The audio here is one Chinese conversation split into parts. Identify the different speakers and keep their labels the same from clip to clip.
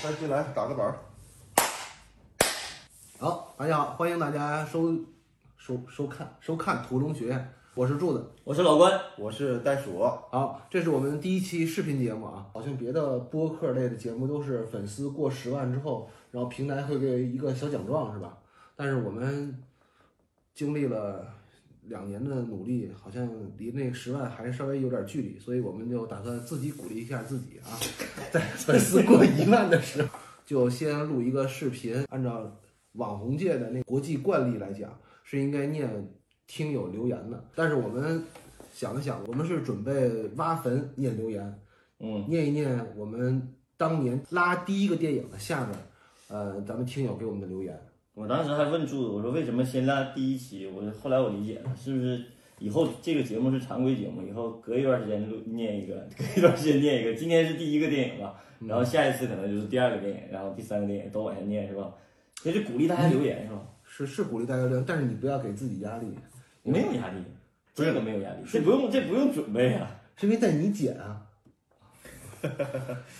Speaker 1: 快进来打个板儿。
Speaker 2: 好，大家好，欢迎大家收收收看收看屠龙学院，我是柱子。
Speaker 3: 我是老关，
Speaker 1: 我是袋鼠，
Speaker 2: 好，这是我们第一期视频节目啊，好像别的播客类的节目都是粉丝过十万之后，然后平台会给一个小奖状是吧？但是我们经历了两年的努力，好像离那十万还稍微有点距离，所以我们就打算自己鼓励一下自己啊， 在粉丝过一万的时候，就先录一个视频，按照网红界的那国际惯例来讲，是应该念听友留言的，但是我们想了想，我们是准备挖坟念留言，
Speaker 3: 嗯，
Speaker 2: 念一念我们当年拉第一个电影的下面，呃，咱们听友给我们的留言。
Speaker 3: 我当时还问柱子，我说为什么先拉第一期？我后来我理解了，是不是以后这个节目是常规节目，以后隔一段时间录念一个， 隔一段时间念一个。今天是第一个电影吧，然后下一次可能就是第二个电影，然后第三个电影都往下念是吧？也是鼓励大家留言是吧？
Speaker 2: 是是鼓励大家留言，但是你不要给自己压力，
Speaker 3: 没有压力，这个没有压力，这不用这不用准备啊。
Speaker 2: 是因为在你剪啊。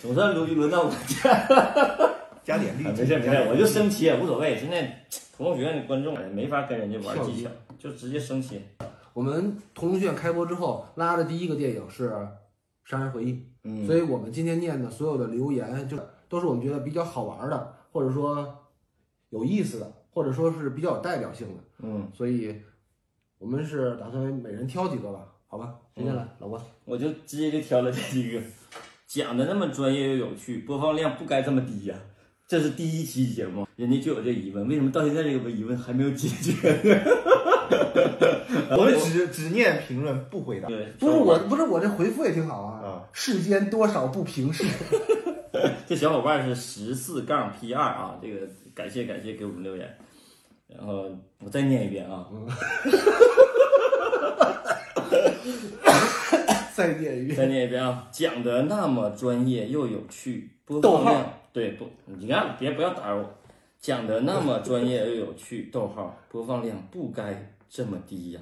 Speaker 3: 总算轮轮到我这儿了，
Speaker 1: 加点力
Speaker 3: 啊没
Speaker 1: 气。
Speaker 3: 事没
Speaker 1: 加
Speaker 3: 事
Speaker 1: 点，
Speaker 3: 我就生切无所谓。现在同学院的观众哎没法跟人家玩技巧，就直接生切。
Speaker 2: 我们同龙学院开播之后拉的第一个电影是《杀人回忆》，
Speaker 3: 嗯，
Speaker 2: 所以我们今天念的所有的留言，就都是我们觉得比较好玩的，或者说有意思的，或者说是比较有代表性的。
Speaker 3: 嗯。
Speaker 2: 所以我们是打算每人挑几个吧，好吧？谁先来？老关。
Speaker 3: 我就直接就挑了这一个，讲的那么专业又有趣，播放量不该这么低呀、这是第一期节目，人家就有这疑问，为什么到现在这个疑问还没有解决呢？
Speaker 1: 我们只只念评论不回答。
Speaker 3: 对，
Speaker 2: 不是我，不是我，这回复也挺好啊。
Speaker 1: 啊
Speaker 2: 世间多少不平事，
Speaker 3: 这小伙伴是十四杠 P 二啊，这个感谢感谢给我们留言，然后我再念一遍啊，
Speaker 2: 再念 一遍。
Speaker 3: 再念一遍啊，讲的那么专业又有趣，播
Speaker 2: 逗
Speaker 3: 放
Speaker 2: 号
Speaker 3: 量对不？你看，别不要打扰我，讲的那么专业又有趣，逗号，播放量不该这么低呀、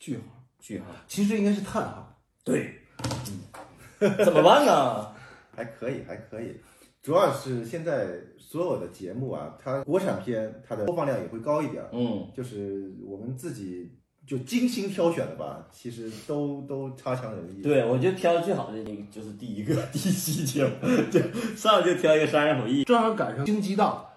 Speaker 3: 句号句号，
Speaker 2: 其实应该是叹号。
Speaker 3: 对，嗯怎么办呢？
Speaker 1: 还可以，还可以。主要是现在所有的节目啊，它国产片它的播放量也会高一点儿，
Speaker 3: 嗯，
Speaker 1: 就是我们自己就精心挑选的吧，其实都都差强人意。
Speaker 3: 对，我就挑最好的一个，就是第一个 第一期节目，就上来就挑一个《杀人回忆》，
Speaker 2: 正好赶上京畿道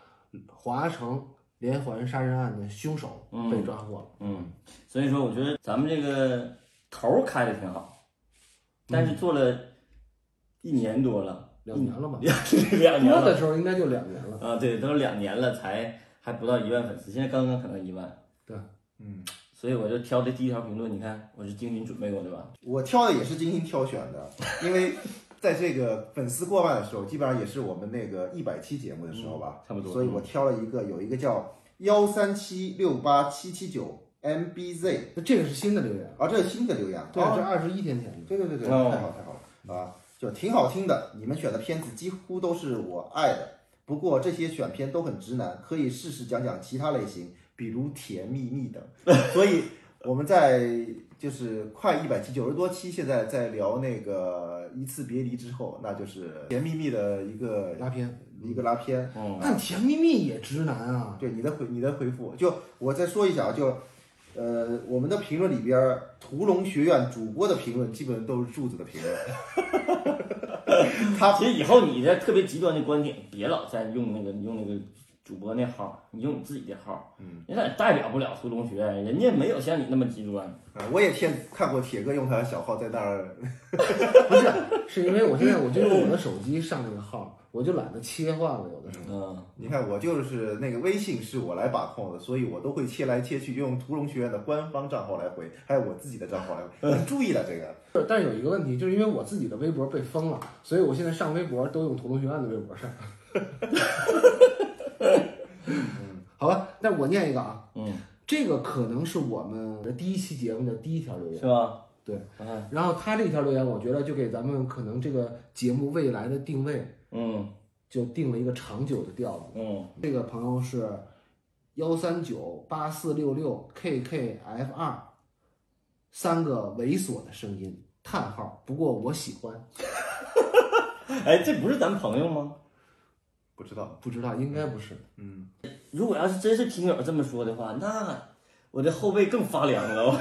Speaker 2: 华城连环杀人案的凶手被抓获了。
Speaker 3: 嗯，所以说我觉得咱们这个头儿开的挺好，但是做了一年多了，
Speaker 2: 两年了吧？
Speaker 3: 两两年
Speaker 2: 播
Speaker 3: 了
Speaker 2: 的时候应该就两年了。
Speaker 3: 啊，对，都两年了才还不到一万粉丝，现在刚刚可能一万，
Speaker 2: 对，
Speaker 1: 嗯，
Speaker 3: 所以我就挑的第一条评论，你看我是精心准备过的吧？
Speaker 1: 我挑的也是精心挑选的，因为在这个粉丝过万的时候，基本上也是我们那个一百期节目的时候
Speaker 3: 嗯
Speaker 1: 吧，
Speaker 3: 差不多
Speaker 1: 所以我挑了一个，有一个叫幺三七六八七七九 MBZ
Speaker 2: 那这个是新的留言，
Speaker 1: 啊，这是新的留言，
Speaker 2: 对，
Speaker 1: 哦
Speaker 2: 这二十一天前的。
Speaker 1: 对对对对，
Speaker 3: 哦
Speaker 1: 太好太好了啊，就挺好听的。你们选的片子几乎都是我爱的，不过这些选片都很直男，可以试试讲讲其他类型，比如《甜蜜蜜》等。所以我们在就是快一百期、九十多期，现在在聊那个一次别离之后，那就是《甜蜜蜜》的一个
Speaker 2: 拉片，
Speaker 1: 一个拉片。
Speaker 3: 嗯，
Speaker 2: 但甜蜜蜜也直男 啊。
Speaker 1: 对你的回你的回复，就我再说一下啊，就呃，我们的评论里边儿，屠龙学院主播的评论基本都是柱子的评论，他
Speaker 3: 其实以后你的特别极端的观点，别老在用那个用那个主播那号，你用你自己的号，
Speaker 1: 嗯，
Speaker 3: 人家也代表不了屠龙学院，人家没有像你那么极端。
Speaker 1: 啊我也见看过铁哥用他的小号在那儿，
Speaker 2: 不是，是因为我现在我就用我的手机上那个号，我就懒得切换了，有的时候。
Speaker 3: 嗯，
Speaker 1: 你看我就是那个微信是我来把控的，所以我都会切来切去，用屠龙学院的官方账号来回，还有我自己的账号来回，你注意了这个。
Speaker 2: 是但是有一个问题，就是因为我自己的微博被封了，所以我现在上微博都用屠龙学院的微博 上。好吧，那我念一个啊，
Speaker 3: 嗯，
Speaker 2: 这个可能是我们的第一期节目的第一条留言
Speaker 3: 是。吧？
Speaker 2: 对，
Speaker 3: 嗯
Speaker 2: 然后他这条留言，我觉得就给咱们可能这个节目未来的定位
Speaker 3: 嗯
Speaker 2: 就定了一个长久的调子。
Speaker 3: 嗯，
Speaker 2: 这个朋友是幺三九八四六六 KKF 二，三个猥琐的声音，叹号。不过我喜欢，
Speaker 3: 哎，这不是咱朋友吗？
Speaker 1: 不知道，
Speaker 2: 不知道，应该不是。
Speaker 1: 嗯，
Speaker 3: 如果要是真是听友这么说的话，那我的后背更发凉了。我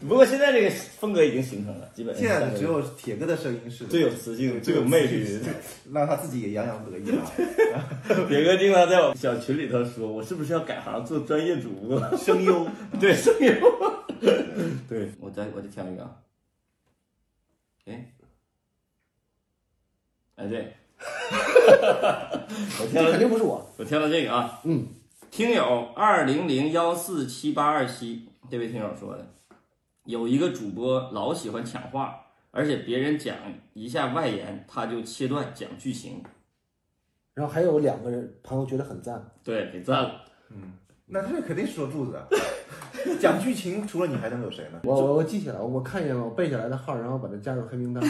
Speaker 3: 不过现在这个风格已经形成了，基本上
Speaker 1: 现在只有铁哥的声音是
Speaker 3: 最有磁性、最有魅力的。
Speaker 1: 让他自己也洋洋得意啊了。
Speaker 3: 铁哥经常在我小群里头说，我是不是要改行做专业主播了？
Speaker 1: 声优，
Speaker 3: 对，声优。对，我再我再挑一个啊。哎，哎 对，我挑
Speaker 2: 这肯
Speaker 3: 了，
Speaker 2: 定不是我。
Speaker 3: 我挑了这个啊。
Speaker 2: 嗯，
Speaker 3: 听友二零零幺四七八二七这位听友说的，有一个主播老喜欢抢话，而且别人讲一下外延，他就切断讲剧情。
Speaker 2: 然后还有两个人朋友觉得很赞，
Speaker 3: 对，给赞了。
Speaker 1: 那这肯定是说柱子啊。讲剧情，除了你还能有谁呢？
Speaker 2: 我我我记起来了，我看一眼我背下来的号，然后把它加入黑名单。
Speaker 3: 哦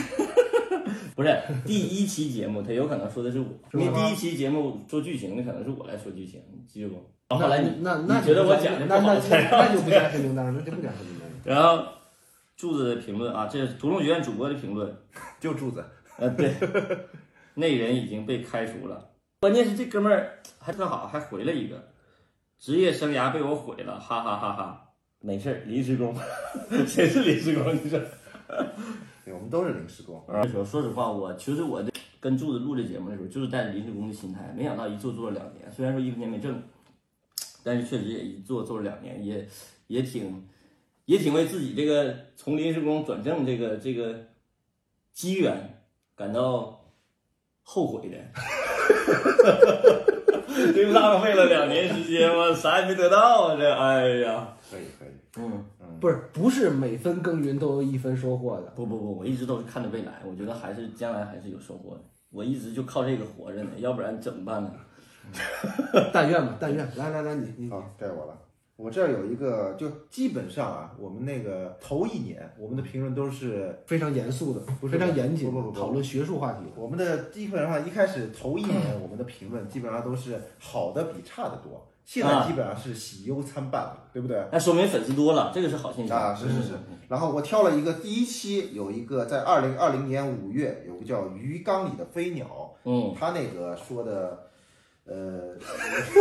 Speaker 3: 不是第一期节目，他有可能说的是我，
Speaker 2: 是
Speaker 3: 因为
Speaker 2: 吗
Speaker 3: 第一期节目做剧情的可能是我来说剧情，你记住不？
Speaker 2: 哦那
Speaker 3: 然后后来你
Speaker 2: 那那
Speaker 3: 你觉得我
Speaker 2: 就
Speaker 3: 讲的
Speaker 2: 那那
Speaker 3: 不好嗯
Speaker 2: 那
Speaker 3: 才
Speaker 2: 那就不加黑名单，那就不加黑名单。
Speaker 3: 然后柱子的评论啊，这是屠龙学院主播的评论，
Speaker 1: 就柱子。
Speaker 3: 呃，对，那人已经被开除了。关键是这哥们儿还特好，还回了一个，职业生涯被我毁了，哈哈哈哈。没事儿，临时工， 谁是临时工？你说。
Speaker 1: 对，我们都是临时工。
Speaker 3: 那时候，说实话，我其实我跟柱子录这节目的时候，就是带着临时工的心态，没想到一做做了两年，虽然说一分钱没挣，但是确实也一做做了两年，也也挺也挺为自己这个从临时工转正这个这个机缘感到后悔的。 这浪费了两年时间，我啥也没得到啊！这，哎呀，
Speaker 1: 可以可以，
Speaker 3: 嗯，
Speaker 2: 不是不是每分耕耘都有一分收获的，
Speaker 3: 不不不，我一直都是看着未来，我觉得还是将来还是有收获的。我一直就靠这个活着呢，要不然怎么办呢？
Speaker 2: 但愿吧，但愿。来来来，你你
Speaker 1: 好，该我啊了。我这儿有一个，就基本上啊，我们那个头一年，我们的评论都是
Speaker 2: 非常严肃的，
Speaker 1: 不是
Speaker 2: 非常严谨
Speaker 1: 不
Speaker 2: 的
Speaker 1: 不不不
Speaker 2: 讨论学术话题。
Speaker 1: 我们的基本上一开始头一年，我们的评论基本上都是好的比差的多，现在
Speaker 3: 啊
Speaker 1: 基本上是喜忧参半了，对不对？
Speaker 3: 那说明粉丝多了，这个是好现象
Speaker 1: 啊，是是是。
Speaker 3: 嗯
Speaker 1: 然后我挑了一个第一期，有一个在二零二零年五月有个叫《鱼缸里的飞鸟》，
Speaker 3: 嗯，
Speaker 1: 他那个说的，呃，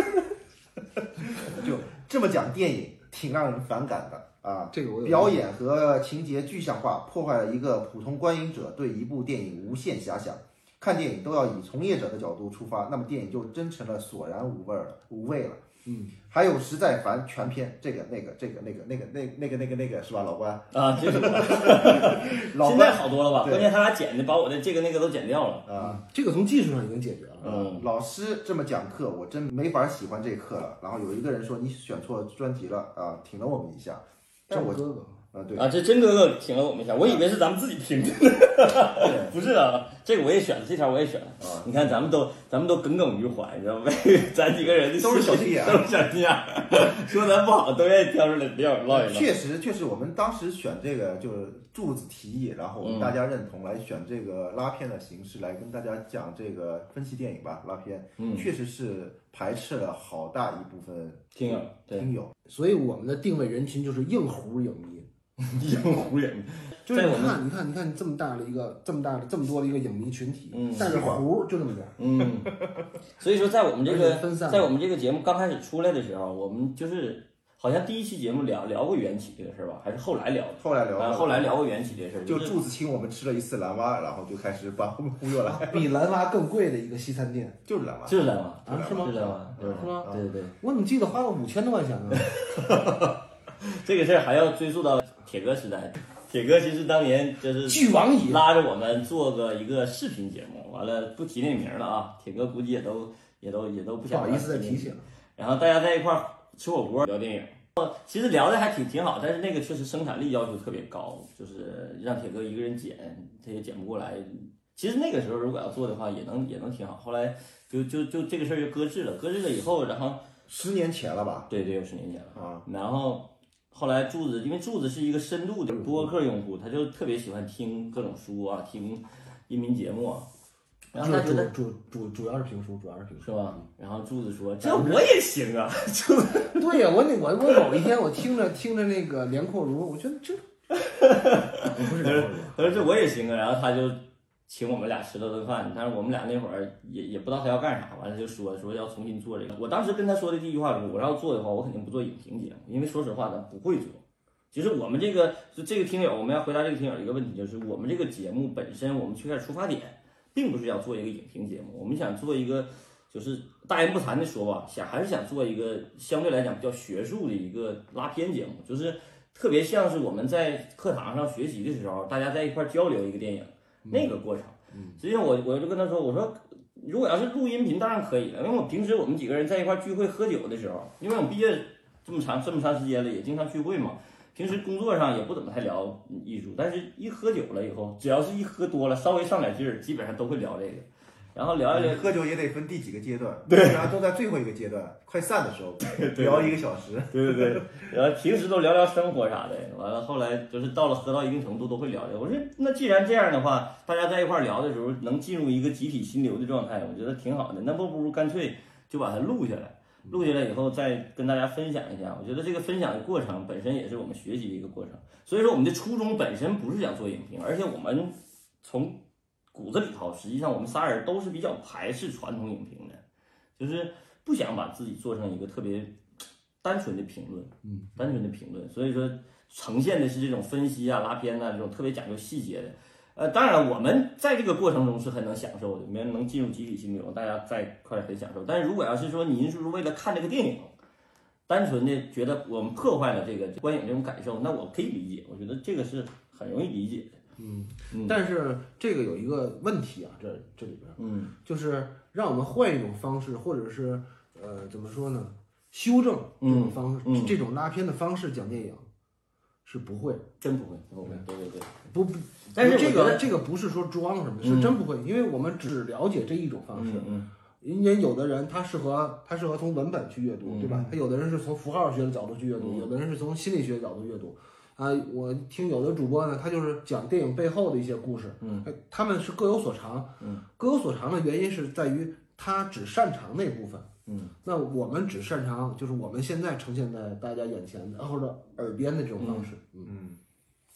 Speaker 1: 就这么讲电影，挺让人反感的啊。
Speaker 2: 这个我有
Speaker 1: 表演和情节具象化，破坏了一个普通观影者对一部电影无限遐想。看电影都要以从业者的角度出发，那么电影就真成了索然无味儿了，无味了。嗯，还有实在烦全篇这个那个这个那个那个那那个那个那个是吧，老关？
Speaker 3: 啊，这是我
Speaker 1: 老
Speaker 3: 现在
Speaker 1: 关
Speaker 3: 好多了吧？
Speaker 1: 对
Speaker 3: 关键他俩剪的把我的这个那个都剪掉了。
Speaker 1: 啊，
Speaker 2: 这个从技术上已经解决了。
Speaker 3: 嗯，
Speaker 1: 老师这么讲课，我真没法喜欢这课了。然后有一个人说你选错专辑了啊，挺了我们一下。但
Speaker 2: 赵
Speaker 1: 我
Speaker 2: 哥哥，
Speaker 1: 啊，对，
Speaker 3: 啊，这真哥哥挺了我们一下，我以为是咱们自己评的，不是啊，这个我也选了，这条我也选了。
Speaker 1: 啊
Speaker 3: 你看咱们都咱们都耿耿于怀，你知道吗？ 咱几个人的
Speaker 1: 都是小
Speaker 3: 心
Speaker 1: 心眼儿
Speaker 3: 都是小心眼儿，说咱不好都愿意挑出来撂唠一唠。
Speaker 1: 确实确实，我们当时选这个就是柱子提议，然后我
Speaker 3: 嗯
Speaker 1: 们大家认同来选这个拉片的形式来跟大家讲这个分析电影吧，拉片，
Speaker 3: 嗯
Speaker 1: 确实是排斥了好大一部分
Speaker 3: 听友对
Speaker 1: 听友，
Speaker 2: 所以我们的定位人群就是硬核影迷。
Speaker 3: 硬湖人，
Speaker 2: 就是
Speaker 3: 在
Speaker 2: 你
Speaker 3: 我们
Speaker 2: 看，你看，你看，这么大的一个，这么大的，这么多的一个影迷群体，
Speaker 3: 嗯
Speaker 2: 但是胡就这么点儿，
Speaker 3: 嗯，所以说在我们这
Speaker 2: 而
Speaker 3: 个
Speaker 2: 且分散了
Speaker 3: 在我们这个节目刚开始出来的时候，我们就是好像第一期节目聊聊过缘起这个事儿吧，还是后来聊的。
Speaker 1: 后来聊
Speaker 3: 啊
Speaker 1: 到，
Speaker 3: 后来聊过缘起这个事儿，
Speaker 1: 就是柱子请我们吃了一次蓝蛙，然后就开始把我们忽悠了，
Speaker 2: 比蓝蛙更贵的一个西餐店，
Speaker 1: 就是蓝蛙，
Speaker 3: 就是在吗？
Speaker 2: 啊是吗
Speaker 3: 是在吗？对
Speaker 2: 是吗
Speaker 3: 对对对，
Speaker 2: 我怎么记得花了五千多块钱呢？
Speaker 3: 这个事儿还要追溯到铁哥时代。铁哥其实当年就是
Speaker 2: 巨王椅，
Speaker 3: 拉着我们做个一个视频节目，完了不提那名儿了啊，铁哥估计也都也都也都不
Speaker 2: 不
Speaker 3: 想
Speaker 2: 好意思再
Speaker 3: 玩
Speaker 2: 提起了。
Speaker 3: 然后大家在一块儿吃火锅聊电影。呃其实聊的还挺挺好，但是那个确实生产力要求特别高，就是让铁哥一个人剪，他也剪不过来。其实那个时候如果要做的话，也能也能挺好。后来就就就这个事儿就搁置了，搁置了以后，然后
Speaker 1: 十年前了吧，
Speaker 3: 对对，有十年前了。
Speaker 1: 啊，
Speaker 3: 然后后来柱子，因为柱子是一个深度的播客用户，他就特别喜欢听各种书啊，听音频节目啊。然后他觉得
Speaker 2: 主主主主要是评书，主要是评
Speaker 3: 是
Speaker 2: 书。
Speaker 3: 吧？然后柱子说：“嗯这我也行啊。”柱子
Speaker 2: 对呀，我那我我某一天我听着听着那个梁阔如，我觉得这不是梁阔如，
Speaker 3: 他说：“这我也行啊。”然后他就请我们俩吃了顿饭，但是我们俩那会儿也也不知道他要干啥，完了就说说要重新做这个。我当时跟他说的第一句话就是，我要做的话，我肯定不做影评节目，因为说实话咱不会做。其实我们这个就这个听友，我们要回答这个听友一个问题，就是我们这个节目本身，我们最开始出发点并不是要做一个影评节目，我们想做一个就是大言不惭的说吧，想还是想做一个相对来讲比较学术的一个拉片节目，就是特别像是我们在课堂上学习的时候，大家在一块儿交流一个电影。那个过程。实际上我我就跟他说，我说如果要是录音频当然可以了，因为我平时我们几个人在一块儿聚会喝酒的时候，因为我们毕业这么长这么长时间了，也经常聚会嘛。平时工作上也不怎么太聊艺术，但是一喝酒了以后，只要是一喝多了，稍微上点劲儿，基本上都会聊这个。然后聊一聊，
Speaker 1: 喝酒也得分第几个阶段，对，然后都在最后一个阶段，快散的时候聊一个小时，
Speaker 3: 对对对，然后平时都聊聊生活啥的，完了后来就是到了喝到一定程度都会聊聊。我说那既然这样的话，大家在一块儿聊的时候能进入一个集体心流的状态，我觉得挺好的。那不不如干脆就把它录下来，录下来以后再跟大家分享一下。我觉得这个分享的过程本身也是我们学习的一个过程。所以说我们的初衷本身不是想做影评，而且我们从骨子里头，实际上我们仨人都是比较排斥传统影评的，就是不想把自己做成一个特别单纯的评论，嗯，单纯的评论。所以说，呈现的是这种分析啊、拉片呐、这种特别讲究细节的。呃，当然了，我们在这个过程中是很能享受的，没人能进入集体心流，大家在一块儿很享受。但是如果要是说您是为了看这个电影，单纯的觉得我们破坏了这个观影这种感受，那我可以理解，我觉得这个是很容易理解的。
Speaker 2: 但是这个有一个问题啊，这这里边儿
Speaker 3: 嗯，
Speaker 2: 就是让我们换一种方式，或者是呃怎么说呢，修正这种方式，
Speaker 3: 嗯嗯
Speaker 2: 这种拉片的方式讲电影是不会，
Speaker 3: 真不会，不会，对对对。
Speaker 2: 不不，
Speaker 3: 但是
Speaker 2: 这
Speaker 3: 我觉
Speaker 2: 个
Speaker 3: 得
Speaker 2: 这个不是说装什么，是真不会，因为我们只了解这一种方式。
Speaker 3: 嗯嗯
Speaker 2: 因为有的人他适合他适合从文本去阅读，对吧？
Speaker 3: 嗯
Speaker 2: 他有的人是从符号学的角度去阅读，有的人是从心理学角度阅读。啊，我听有的主播呢，他就是讲电影背后的一些故事，
Speaker 3: 嗯
Speaker 2: 哎，他们是各有所长，
Speaker 3: 嗯，
Speaker 2: 各有所长的原因是在于他只擅长那部分，
Speaker 3: 嗯，
Speaker 2: 那我们只擅长就是我们现在呈现在大家眼前的或者耳边的这种方式，嗯
Speaker 1: 嗯，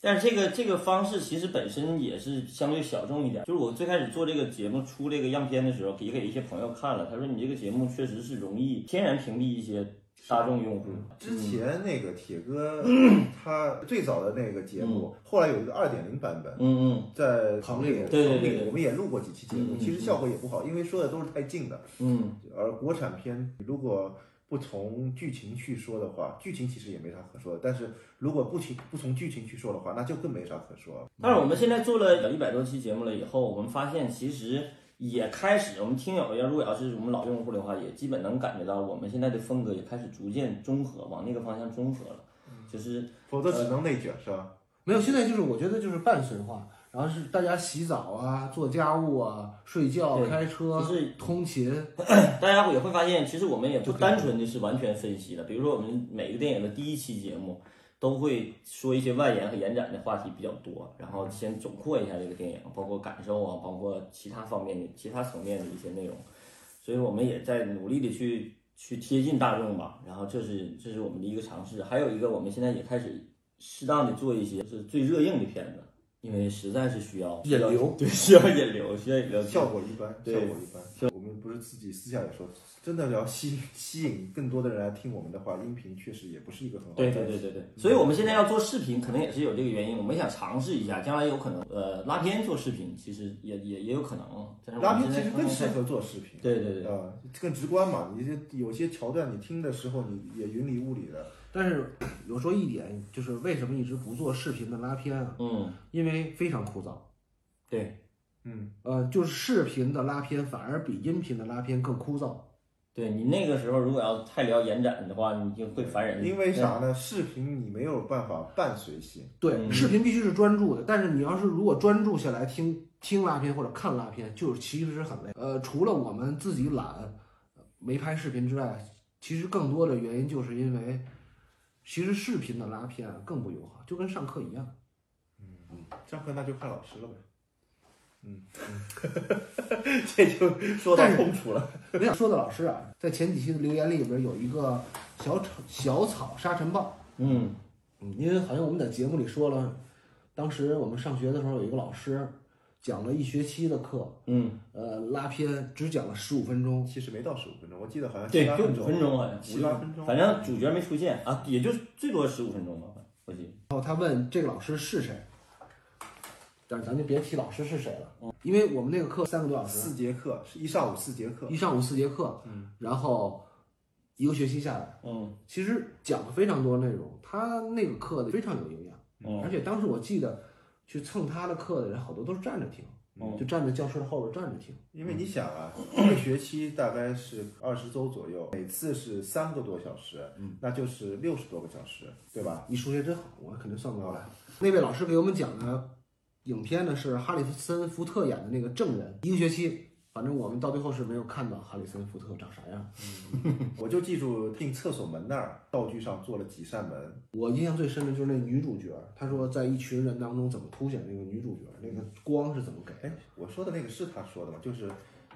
Speaker 3: 但是这个这个方式其实本身也是相对小众一点。就是我最开始做这个节目出这个样片的时候，也给一些朋友看了，他说你这个节目确实是容易天然屏蔽一些大众用户。
Speaker 1: 之前那个铁哥
Speaker 3: 嗯
Speaker 1: 他最早的那个节目，后来有一个二点零版本，
Speaker 3: 嗯嗯
Speaker 1: 在棚里，
Speaker 3: 对对对
Speaker 1: 棚里
Speaker 3: 对
Speaker 1: 我们也录过几期节目，
Speaker 3: 嗯
Speaker 1: 其实效果也不好，因为说的都是太近的，
Speaker 3: 嗯，
Speaker 1: 而国产片如果不从剧情去说的话，剧情其实也没啥可说的。但是如果不情不从剧情去说的话，那就更没啥可说了。
Speaker 3: 但是我们现在做了一百多期节目了以后，我们发现其实也开始，我们听友要如果要是我们老用户的话，也基本能感觉到我们现在的风格也开始逐渐中和，往那个方向中和了。就是
Speaker 1: 否则只能内卷，是
Speaker 3: 呃
Speaker 1: 吧？
Speaker 2: 没有，现在就是我觉得就是伴随化，然后是大家洗澡啊、做家务啊、睡觉、
Speaker 3: 对
Speaker 2: 开车、
Speaker 3: 就是
Speaker 2: 通勤。
Speaker 3: 大家也会发现，其实我们也不单纯的是完全分析的。比如说，我们每个电影的第一期节目都会说一些外延和延展的话题比较多，然后先总括一下这个电影，包括感受啊，包括其他方面的、其他层面的一些内容。所以我们也在努力的去去贴近大众吧。然后这是这是我们的一个尝试，还有一个我们现在也开始适当的做一些就是最热映的片子，因为实在是需要
Speaker 2: 引流，
Speaker 3: 对，需要引流，需要引流。
Speaker 1: 效果一般，
Speaker 3: 对
Speaker 1: 效果一般。我们不是自己私下也说，真的要吸吸引更多的人来听我们的话，音频确实也不是一个很好的
Speaker 3: 对对对对对，哦所以我们现在要做视频，可能也是有这个原因。我们想尝试一下，将来有可能呃拉片做视频，其实也也也有可能。但是我
Speaker 1: 拉
Speaker 3: 们
Speaker 1: 片
Speaker 3: 现
Speaker 1: 其
Speaker 3: 在
Speaker 1: 实更适合做视频，
Speaker 3: 对对对
Speaker 1: 啊、更直观嘛。你这有些桥段，你听的时候你也云里雾里的，
Speaker 2: 但是有说一点，就是为什么一直不做视频的拉片啊？
Speaker 3: 嗯
Speaker 2: 因为非常枯燥。
Speaker 3: 对
Speaker 1: 嗯，
Speaker 2: 呃，就是视频的拉片反而比音频的拉片更枯燥。
Speaker 3: 对，你那个时候如果要太聊延展的话，你就会烦人。
Speaker 1: 因为啥呢？视频你没有办法伴随性，
Speaker 2: 对，
Speaker 3: 嗯
Speaker 2: 视频必须是专注的，但是你要是如果专注下来听听拉片或者看拉片，就是其实是很累。呃，除了我们自己懒，呃没拍视频之外，其实更多的原因就是因为，其实视频的拉片啊更不友好，就跟上课一样。
Speaker 1: 上课那就看老师了呗。嗯，嗯 这就说到
Speaker 2: 但是
Speaker 1: 痛处了。
Speaker 2: 没想说的老师啊，在前几期的留言里边有一个小草小草沙尘暴，
Speaker 3: 嗯
Speaker 2: 嗯，因为好像我们在节目里说了，当时我们上学的时候有一个老师，讲了一学期的课，
Speaker 3: 嗯，
Speaker 2: 呃，拉片只讲了十五分钟，
Speaker 1: 其实没到十五分钟，我记得好像
Speaker 3: 对，
Speaker 1: 7-8
Speaker 3: 就五分钟好像，
Speaker 1: 五八分钟，
Speaker 3: 反正主角没出现啊，也就最多十五分钟吧，我记得。
Speaker 2: 然后他问这个老师是谁，但是咱就别提老师是谁了，因为我们那个课三个多小时，
Speaker 1: 四节课是一上午四节课，
Speaker 2: 一上午四节课，嗯，然后一个学期下来，
Speaker 3: 嗯
Speaker 2: 其实讲了非常多内容，他那个课非常有营养，而
Speaker 3: 嗯
Speaker 2: 且当时我记得去蹭他的课的人好多都是站着听，
Speaker 3: 嗯
Speaker 2: 就站在教室的后边站着听，
Speaker 1: 因为你想啊，一个学期大概是二十周左右，每次是三个多小时，
Speaker 3: 嗯
Speaker 1: 那就是六十多个小时，对吧？
Speaker 2: 你数学真好，我肯定算不过来。那位老师给我们讲的影片呢是哈里森福特演的那个证人，一个学期，反正我们到最后是没有看到哈里森福特长啥样。
Speaker 1: 我就记住进厕所门那儿，道具上做了几扇门，
Speaker 2: 我印象最深的就是那女主角，她说在一群人当中怎么凸显那个女主角，那个光是怎么给的
Speaker 1: 哎，我说的那个是他说的吗？就是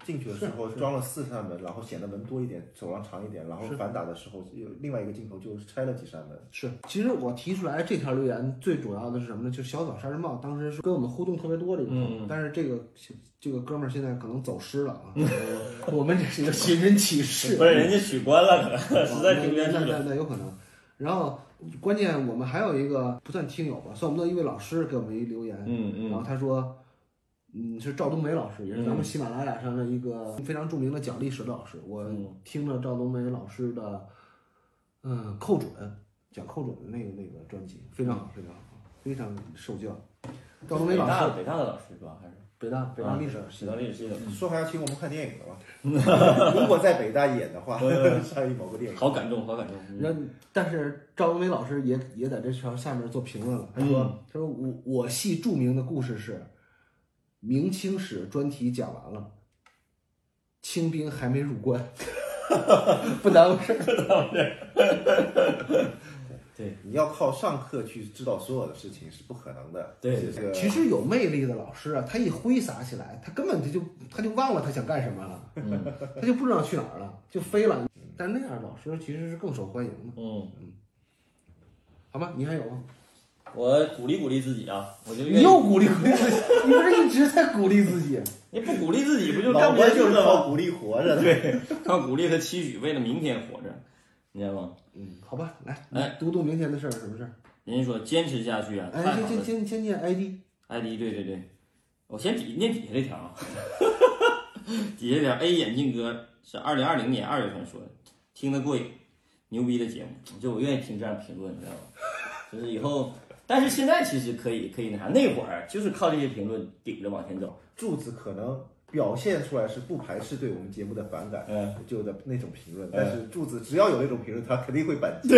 Speaker 1: 进去的时候装了四扇门，然后显得门多一点，走廊长一点，然后反打的时候有另外一个镜头就拆了几扇门。
Speaker 2: 是，其实我提出来这条留言最主要的是什么呢？就是小枣杀人帽当时是跟我们互动特别多的一个朋友，
Speaker 3: 嗯
Speaker 2: 但是这个这个哥们儿现在可能走失了啊。 我们这是一个寻人启事，
Speaker 3: 嗯不是人家取关了，可 能实在听不下去
Speaker 2: 那那
Speaker 1: 哦
Speaker 3: 了。
Speaker 2: 那那有可能。然后，关键我们还有一个不算听友吧，算我们的一位老师给我们一留言，
Speaker 3: 嗯嗯
Speaker 2: 然后他说，嗯，是赵冬梅老师，也是咱们喜马拉雅上的一个非常著名的讲历史的老师。我
Speaker 3: 嗯
Speaker 2: 听了赵冬梅老师的，嗯，寇准讲寇准的那个那个专辑，非常好，非常好，非常受教。赵冬梅
Speaker 3: 北
Speaker 2: 老
Speaker 3: 大
Speaker 2: 师，
Speaker 3: 的北大的老师是吧？还是
Speaker 2: 北大北大历史
Speaker 3: 啊北大历史系的，
Speaker 1: 说还要请我们看电影 的吧？如果在北大演的话，上映某个电
Speaker 3: 嗯
Speaker 1: 影。
Speaker 3: 好感动，好感动。嗯
Speaker 2: 然后，但是赵文伟老师也也在这条下面做评论了，他说：“他说我我系著名的故事是，明清史专题讲完了，清兵还没入关， 不耽误事儿。
Speaker 3: 对
Speaker 1: 你要靠上课去知道所有的事情是不可能的。
Speaker 3: 对
Speaker 1: 这个
Speaker 2: 其实有魅力的老师啊，他一挥洒起来，他根本他就他就忘了他想干什么了，
Speaker 3: 嗯
Speaker 2: 他就不知道去哪儿了，就飞了。但那样的老师其实是更受欢迎的，
Speaker 3: 嗯，
Speaker 2: 好吗？你还有吗？
Speaker 3: 我鼓励鼓励自己啊，我就愿
Speaker 2: 你
Speaker 3: 意
Speaker 2: 又鼓 励鼓励自己，你不是一直在鼓励自己？
Speaker 3: 你不鼓励自己，不就
Speaker 1: 老
Speaker 3: 干不下
Speaker 1: 关
Speaker 3: 去
Speaker 1: 就是
Speaker 3: 了吗？
Speaker 1: 靠鼓励活着的。
Speaker 3: 对，靠鼓励和期许，为了明天活着，你知道吗？
Speaker 2: 嗯，好吧，来，
Speaker 3: 哎
Speaker 2: 读读明天的事儿，什么事儿？”
Speaker 3: 人家说坚持下去啊，太
Speaker 2: 哎，先
Speaker 3: 好
Speaker 2: 先
Speaker 3: 了。
Speaker 2: 先先念 ID，
Speaker 3: ID 对对对，我先底念底下这条啊， 底下这条 A 眼镜哥是二零二零年二月份说的，听得过瘾，牛逼的节目，就我愿意听这样评论，你知道吗？就是以后，但是现在其实可以可以那啥，那会儿就是靠这些评论顶着往前走，
Speaker 1: 柱子可能表现出来是不排斥对我们节目的反感，
Speaker 3: 嗯，
Speaker 1: 就的那种评论，但是柱子只要有那种评论，他肯定会反击。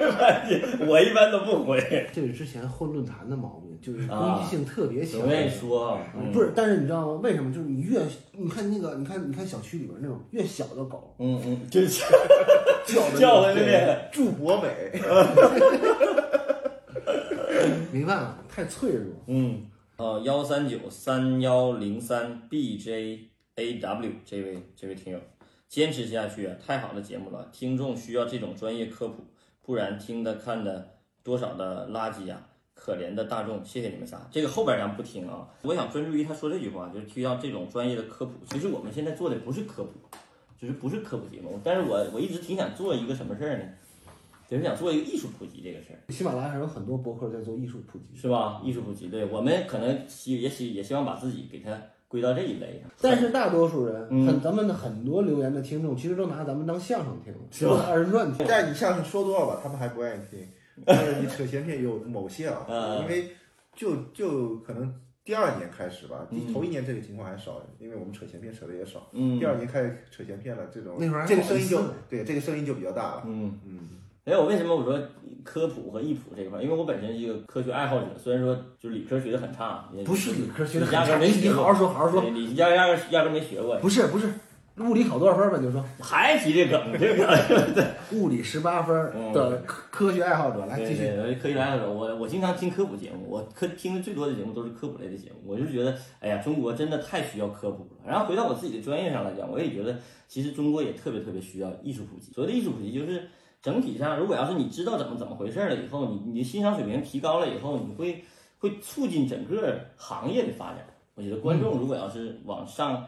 Speaker 3: 我一般都不回，
Speaker 2: 这是之前混论坛的毛病，就是攻
Speaker 3: 啊
Speaker 2: 击性特别强。
Speaker 3: 我愿意说啊，嗯
Speaker 2: 不是，但是你知道吗？为什么？就是你越你看那个，你看你看小区里边那种越小的狗，
Speaker 3: 嗯嗯，就是
Speaker 1: 叫的
Speaker 3: 叫的那边。
Speaker 1: 祝博美，
Speaker 2: 没办法，太脆弱。
Speaker 3: 嗯，呃，幺三九三幺零三 bjaw 这位这位听友，坚持下去啊，太好的节目了，听众需要这种专业科普，不然听的看的多少的垃圾呀、可怜的大众，谢谢你们仨。这个后边咱不听啊，我想专注于他说这句话，就是需要这种专业的科普。其实我们现在做的不是科普，就是不是科普节目，但是我我一直挺想做一个什么事儿呢？就是想做一个艺术普及这个事儿。
Speaker 2: 喜马拉雅上有很多博客在做艺术普及，
Speaker 3: 是吧？艺术普及，对我们可能希也希也希望把自己给它归到这一类上，
Speaker 2: 但是大多数人，
Speaker 3: 嗯
Speaker 2: 很咱们的很多留言的听众，其实都拿咱们当相声听，
Speaker 3: 是吧
Speaker 2: 当二人转听。
Speaker 1: 但你像是说多了吧，他们还不愿意听。但是你扯闲篇有某些啊，
Speaker 3: 嗯
Speaker 1: 因为就就可能第二年开始吧，第头一年这个情况还少，因为我们扯闲篇扯的也少。
Speaker 3: 嗯
Speaker 1: 第二年开始扯闲篇了，这种
Speaker 2: 那会儿还
Speaker 1: 这个
Speaker 2: 好
Speaker 1: 声
Speaker 2: 意
Speaker 1: 音
Speaker 2: 思
Speaker 1: 就
Speaker 2: 呢
Speaker 1: 对这个声音就比较大了。
Speaker 3: 嗯
Speaker 1: 嗯。
Speaker 3: 哎，我为什么我说科普和艺普这一块儿？因为我本身是一个科学爱好者，虽然说就是理科学的很差，也
Speaker 2: 不是理科学的很
Speaker 3: 压根儿没
Speaker 2: 差你
Speaker 3: 学过
Speaker 2: 好好说好好说
Speaker 3: 对你压压根儿压根儿没学过，
Speaker 2: 不是不是，物理考多少分吧？你就说
Speaker 3: 还提这梗，这个
Speaker 2: 物理十八分的科科学爱好者，来继续。
Speaker 3: 嗯对对，科学来说，我我经常听科普节目，我科听的最多的节目都是科普类的节目。我就觉得，哎呀，中国真的太需要科普了。然后回到我自己的专业上来讲，我也觉得，其实中国也特别特别需要艺术普及。所谓的艺术普及，就是整体上，如果要是你知道怎么怎么回事了以后，你你的欣赏水平提高了以后，你会会促进整个行业的发展。我觉得观众如果要是往上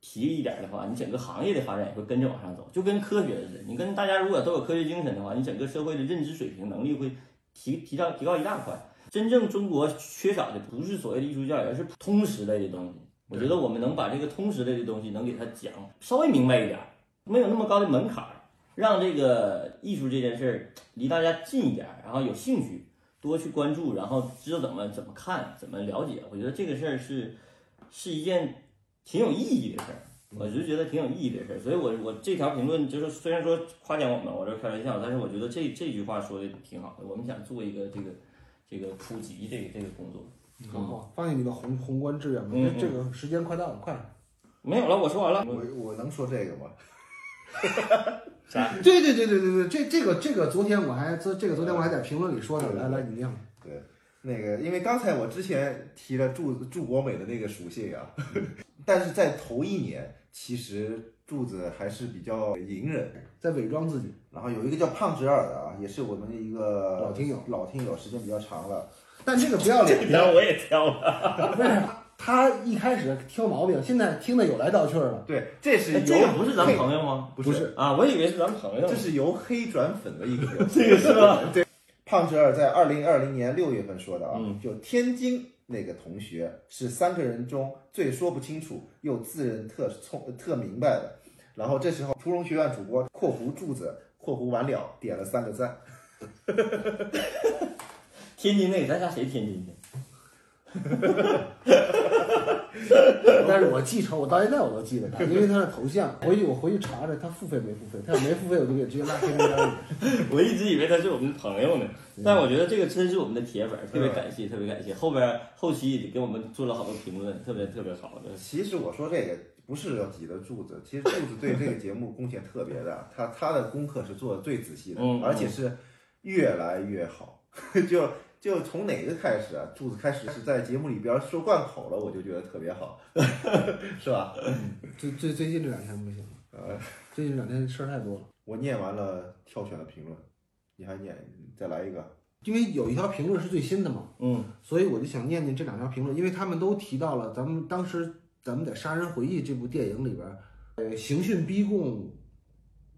Speaker 3: 提一点的话，你整个行业的发展也会跟着往上走，就跟科学似的。你跟大家如果都有科学精神的话，你整个社会的认知水平能力会提提高提高一大块。真正中国缺少的不是所谓的艺术教育，而是通识类的东西。我觉得我们能把这个通识类的东西能给它讲稍微明白一点，没有那么高的门槛儿，让这个艺术这件事儿离大家近一点儿，然后有兴趣多去关注，然后知道怎么怎么看、怎么了解。我觉得这个事儿是是一件挺有意义的事儿，我就觉得挺有意义的事儿。所以我我这条评论就是虽然说夸奖我们，我这开玩笑，但是我觉得这这句话说的挺好的。我们想做一个这个这个普及这个这个工作。
Speaker 2: 很好，发现你的宏宏观志愿吧。
Speaker 3: 嗯嗯
Speaker 2: 这个时间快到了，快了。
Speaker 3: 没有了，我说完了。
Speaker 1: 我我能说这个吗？
Speaker 2: 对对对对对对，这这个这个昨天我还这这个昨天我还在评论里说呢，来来你念吧。
Speaker 1: 对，那个因为刚才我之前提了柱柱国美的那个属性啊， 但是在头一年，其实柱子还是比较隐忍。
Speaker 2: 在伪装自己，
Speaker 1: 然后有一个叫胖侄儿的啊，也是我们的一个
Speaker 2: 老听友，
Speaker 1: 老听友时间比较长了。
Speaker 2: 但这个不要脸，
Speaker 3: 然后我也挑了，
Speaker 2: 不是他一开始挑毛病，现在听得有来道去儿了。
Speaker 1: 对，这是
Speaker 3: 哎
Speaker 1: 由
Speaker 3: 这个不是咱
Speaker 1: 黑
Speaker 3: 朋友吗？
Speaker 1: 不
Speaker 2: 是
Speaker 3: 啊，我以为是咱朋友
Speaker 1: 这。是由黑转粉的一个人。
Speaker 3: 这个是吧？
Speaker 1: 胖侄儿在二零二零年六月份说的啊，
Speaker 3: 嗯
Speaker 1: 就天津那个同学是三个人中最说不清楚又自认特聪呃特明白的。然后这时候，屠龙学院主播（括弧柱子）（括弧完了）点了三个赞。
Speaker 3: 天津那个，咱仨谁天津的？
Speaker 2: 但是我记仇，我到现在我都记得他，因为他的头像。回去我回去查查他付费没付费，他要没付费我就给直接拉黑名单里。
Speaker 3: 我一直以为他是我们朋友呢，但我觉得这个真是我们的铁粉，特别感谢，特别感谢。后边后期也给我们做了好多评论，特别特别好的。
Speaker 1: 其实我说这个不是要挤得柱子，其实柱子对这个节目贡献特别大，他他的功课是做的最仔细的
Speaker 3: 嗯，
Speaker 1: 而且是越来越好。 就就从哪个开始啊？柱子开始是在节目里边说贯口了，我就觉得特别好， 是吧？
Speaker 2: 最最最近这两天不行，
Speaker 1: 呃，
Speaker 2: 最近这两天事儿太多了。
Speaker 1: 我念完了挑选的评论，你还念？再来一个？
Speaker 2: 因为有一条评论是最新的嘛，
Speaker 3: 嗯
Speaker 2: 所以我就想念念这两条评论，因为他们都提到了咱们当时咱们在《杀人回忆》这部电影里边，呃，刑讯逼供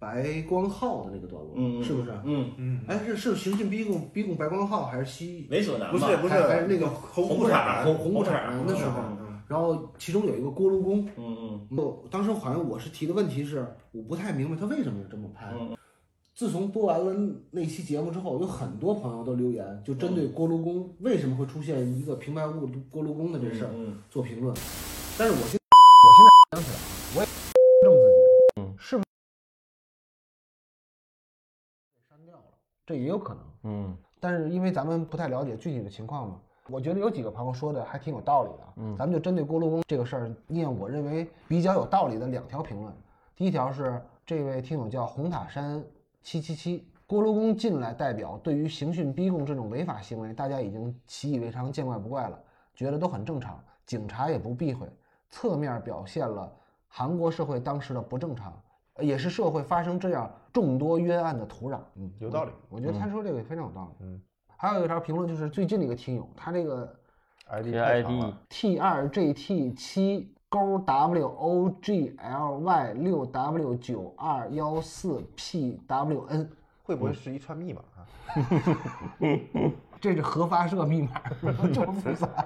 Speaker 2: 白光浩的那个段落，
Speaker 3: 嗯，嗯
Speaker 2: 是不是？
Speaker 3: 嗯，
Speaker 1: 嗯，
Speaker 2: 哎，是是刑讯逼供逼供白光浩还是西？
Speaker 3: 猥琐男
Speaker 1: 不是
Speaker 3: 吧？
Speaker 1: 不是
Speaker 2: 还还是那个
Speaker 1: 红
Speaker 3: 红裤衩
Speaker 1: 红
Speaker 2: 红红裤衩儿那时候
Speaker 1: 嗯
Speaker 2: 然后其中有一个锅炉工，
Speaker 3: 嗯
Speaker 2: 我当时好像我是提的问题是，我不太明白他为什么要这么拍。
Speaker 3: 嗯
Speaker 2: 自从播完了那期节目之后，有很多朋友都留言，就针对
Speaker 3: 嗯
Speaker 2: 锅炉工为什么会出现一个平白无故的锅炉工的
Speaker 3: 嗯，
Speaker 2: 这事儿
Speaker 3: 嗯
Speaker 2: 做评论。但是我现我现在想起来，啊我也正自己，
Speaker 3: 嗯，
Speaker 2: 是不是删掉了？这也有可能。
Speaker 3: 嗯
Speaker 2: 但是因为咱们不太了解具体的情况嘛，我觉得有几个朋友说的还挺有道理的。嗯，咱们就针对锅炉工这个事儿念我认为比较有道理的两条评论。第一条是这位听友叫红塔山七七七，锅炉工进来代表对于刑讯逼供这种违法行为，大家已经习以为常、见怪不怪了，觉得都很正常，警察也不避讳，侧面表现了韩国社会当时的不正常。呃也是社会发生这样众多冤案的土壤。嗯，
Speaker 1: 有道理
Speaker 2: 我觉得他说这个也非常有道理。嗯，还有一条评论就是最近的一个听友，他这个
Speaker 1: ，ID
Speaker 3: 这个 ID
Speaker 2: T 二 G T 七勾 W O G L Y 六 W 九二幺四 P W N，
Speaker 1: 会不会是一串密码啊？
Speaker 2: 这是核发射密码，这么复杂。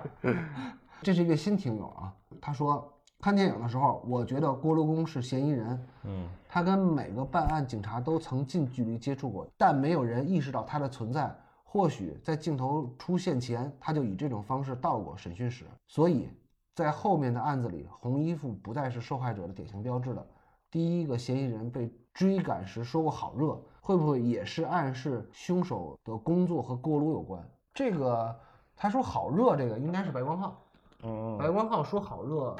Speaker 2: 这是一个新听友啊，他说看电影的时候，我觉得锅炉工是嫌疑人，
Speaker 3: 嗯
Speaker 2: 他跟每个办案警察都曾近距离接触过，但没有人意识到他的存在。或许在镜头出现前，他就以这种方式到过审讯室，所以在后面的案子里，红衣服不再是受害者的典型标志了。第一个嫌疑人被追赶时说过“好热”，会不会也是暗示凶手的工作和锅炉有关？这个他说“好热”，这个应该是白光浩。
Speaker 3: 嗯
Speaker 2: 白光浩说好热，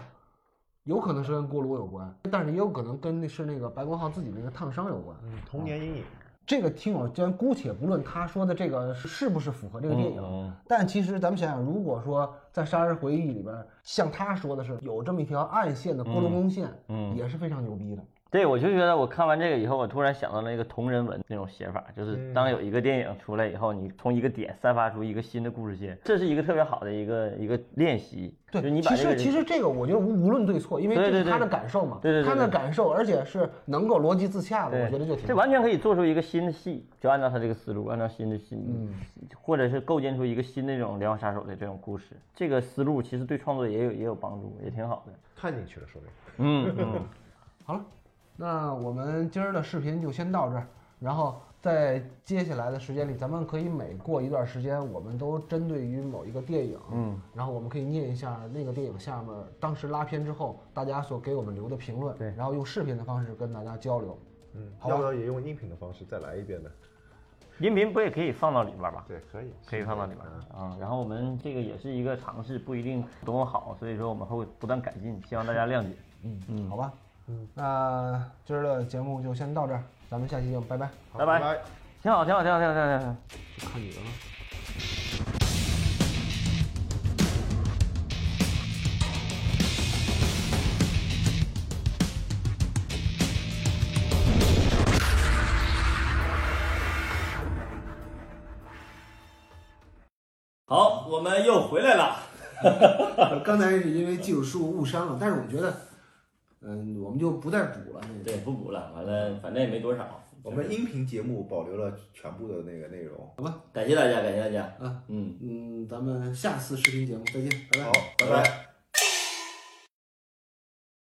Speaker 2: 有可能是跟锅炉有关，但是也有可能跟那是那个白光浩自己那个烫伤有关。啊
Speaker 1: 嗯，童年阴影。
Speaker 2: 这个听友先姑且不论他说的这个是不是符合这个电影，
Speaker 3: 嗯
Speaker 2: 但其实咱们想想，如果说在《杀人回忆》里边，像他说的是有这么一条暗线的锅炉工线，
Speaker 3: 嗯
Speaker 2: 也是非常牛逼的。
Speaker 3: 对，我就觉得我看完这个以后，我突然想到了一个同人文那种写法，
Speaker 2: 嗯
Speaker 3: 就是当有一个电影出来以后，你从一个点散发出一个新的故事线，这是一个特别好的一个一个练习。就是
Speaker 2: 对，
Speaker 3: 你把
Speaker 2: 其
Speaker 3: 这个
Speaker 2: 实其
Speaker 3: 人
Speaker 2: 实这个我觉得无无论对错，因为
Speaker 3: 对
Speaker 2: 这是
Speaker 3: 对
Speaker 2: 他
Speaker 3: 对
Speaker 2: 的感受嘛，
Speaker 3: 对对对
Speaker 2: 他的
Speaker 3: 对
Speaker 2: 感受，而且是能够逻辑自洽的，我觉得就挺
Speaker 3: 这
Speaker 2: 好。
Speaker 3: 完全可以做出一个新的戏，就按照他这个思路，按照新的新，
Speaker 2: 嗯
Speaker 3: 或者是构建出一个新的这种《连环杀手》的这种故事。这个思路其实对创作也有也有帮助，也挺好的。
Speaker 2: 看进去了，说明。
Speaker 3: 嗯嗯，
Speaker 2: 好了，那我们今儿的视频就先到这儿，然后在接下来的时间里，咱们可以每过一段时间，我们都针对于某一个电影，嗯，然后我们可以念一下那个电影下面当时拉片之后大家所给我们留的评论，
Speaker 3: 对
Speaker 2: 然后用视频的方式跟大家交流。
Speaker 4: 嗯，
Speaker 2: 好吧
Speaker 4: 要不要也用音频的方式再来一遍呢？
Speaker 3: 音频不也可以放到里边儿吧？
Speaker 4: 对，可以，
Speaker 3: 可以放到里边儿啊。然后我们这个也是一个尝试，不一定多么好，所以说我们会不断改进，希望大家谅解。
Speaker 2: 嗯，好吧，嗯，那今儿的节目就先到这儿，咱们下期见，拜拜。
Speaker 4: 好
Speaker 3: 拜拜
Speaker 1: 嗯
Speaker 4: 拜拜
Speaker 3: 挺好，挺好，挺好，挺好，挺好，挺好。好，我们又回来了。
Speaker 5: 刚才是因为技术失误误伤了，但是我觉得，嗯，我们就不再补了。那个
Speaker 3: 对，不补了，完了，反正也没多少。
Speaker 1: 我们音频节目保留了全部的那个内容。
Speaker 3: 感谢大家，感谢大家。
Speaker 5: 啊，
Speaker 3: 嗯，
Speaker 5: 嗯，咱们下次视频节目再见，拜拜。
Speaker 1: 好，拜拜。